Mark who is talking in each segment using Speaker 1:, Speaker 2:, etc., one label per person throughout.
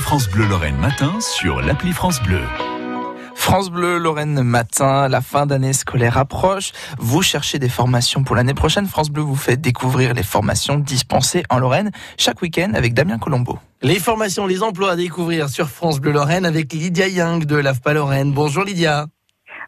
Speaker 1: France Bleu Lorraine Matin sur l'appli France Bleu.
Speaker 2: France Bleu, Lorraine Matin, la fin d'année scolaire approche. Vous cherchez des formations pour l'année prochaine. France Bleu vous fait découvrir les formations dispensées en Lorraine chaque week-end avec Damien Colombo.
Speaker 3: Les formations, les emplois à découvrir sur France Bleu Lorraine avec Lydia Young de l'AFPA Lorraine. Bonjour Lydia.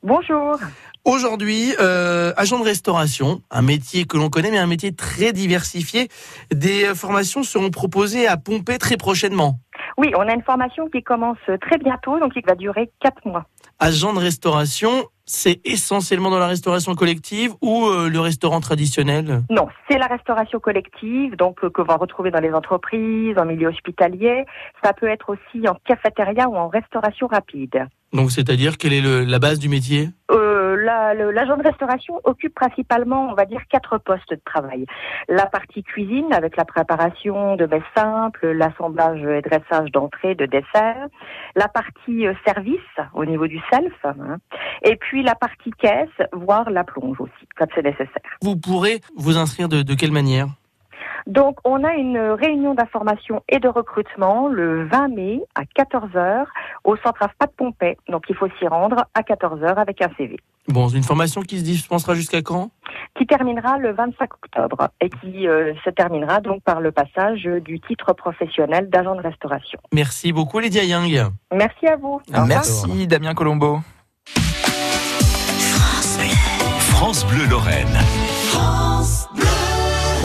Speaker 4: Bonjour.
Speaker 3: Aujourd'hui, euh, agent de restauration, un métier que l'on connaît, mais un métier très diversifié. Des formations seront proposées à Pompée très prochainement.
Speaker 4: Oui, on a une formation qui commence très bientôt, donc qui va durer 4 mois.
Speaker 3: Agent de restauration, c'est essentiellement dans la restauration collective ou euh, le restaurant traditionnel
Speaker 4: Non, c'est la restauration collective, donc euh, que va retrouver dans les entreprises, en milieu hospitalier. Ça peut être aussi en cafétéria ou en restauration rapide.
Speaker 3: Donc, c'est-à-dire, quelle est le- la base du métier
Speaker 4: Euh, la- le- L'agent de restauration occupe principalement, on va dire, quatre postes de travail. La partie cuisine avec la préparation de mets simples, l'assemblage et dressage d'entrées, de desserts. La partie euh, service au niveau du self. hein. Et puis la partie caisse, voire la plonge aussi, quand c'est nécessaire.
Speaker 3: Vous pourrez vous inscrire de, de quelle manière
Speaker 4: Donc, on a une réunion d'information et de recrutement le 20 mai à 14h au centre AFPA de Pompée. Donc, il faut s'y rendre à 14h avec un CV
Speaker 3: Bon, c'est une formation qui se dispensera jusqu'à quand
Speaker 4: qui terminera le 25 octobre et qui euh, se terminera donc par le passage du titre professionnel d'agent de restauration.
Speaker 3: Merci beaucoup Lydia Young.
Speaker 4: Merci à vous. Au revoir.
Speaker 2: Merci Damien Colombo.
Speaker 1: France Bleu Lorraine.
Speaker 5: France Bleu.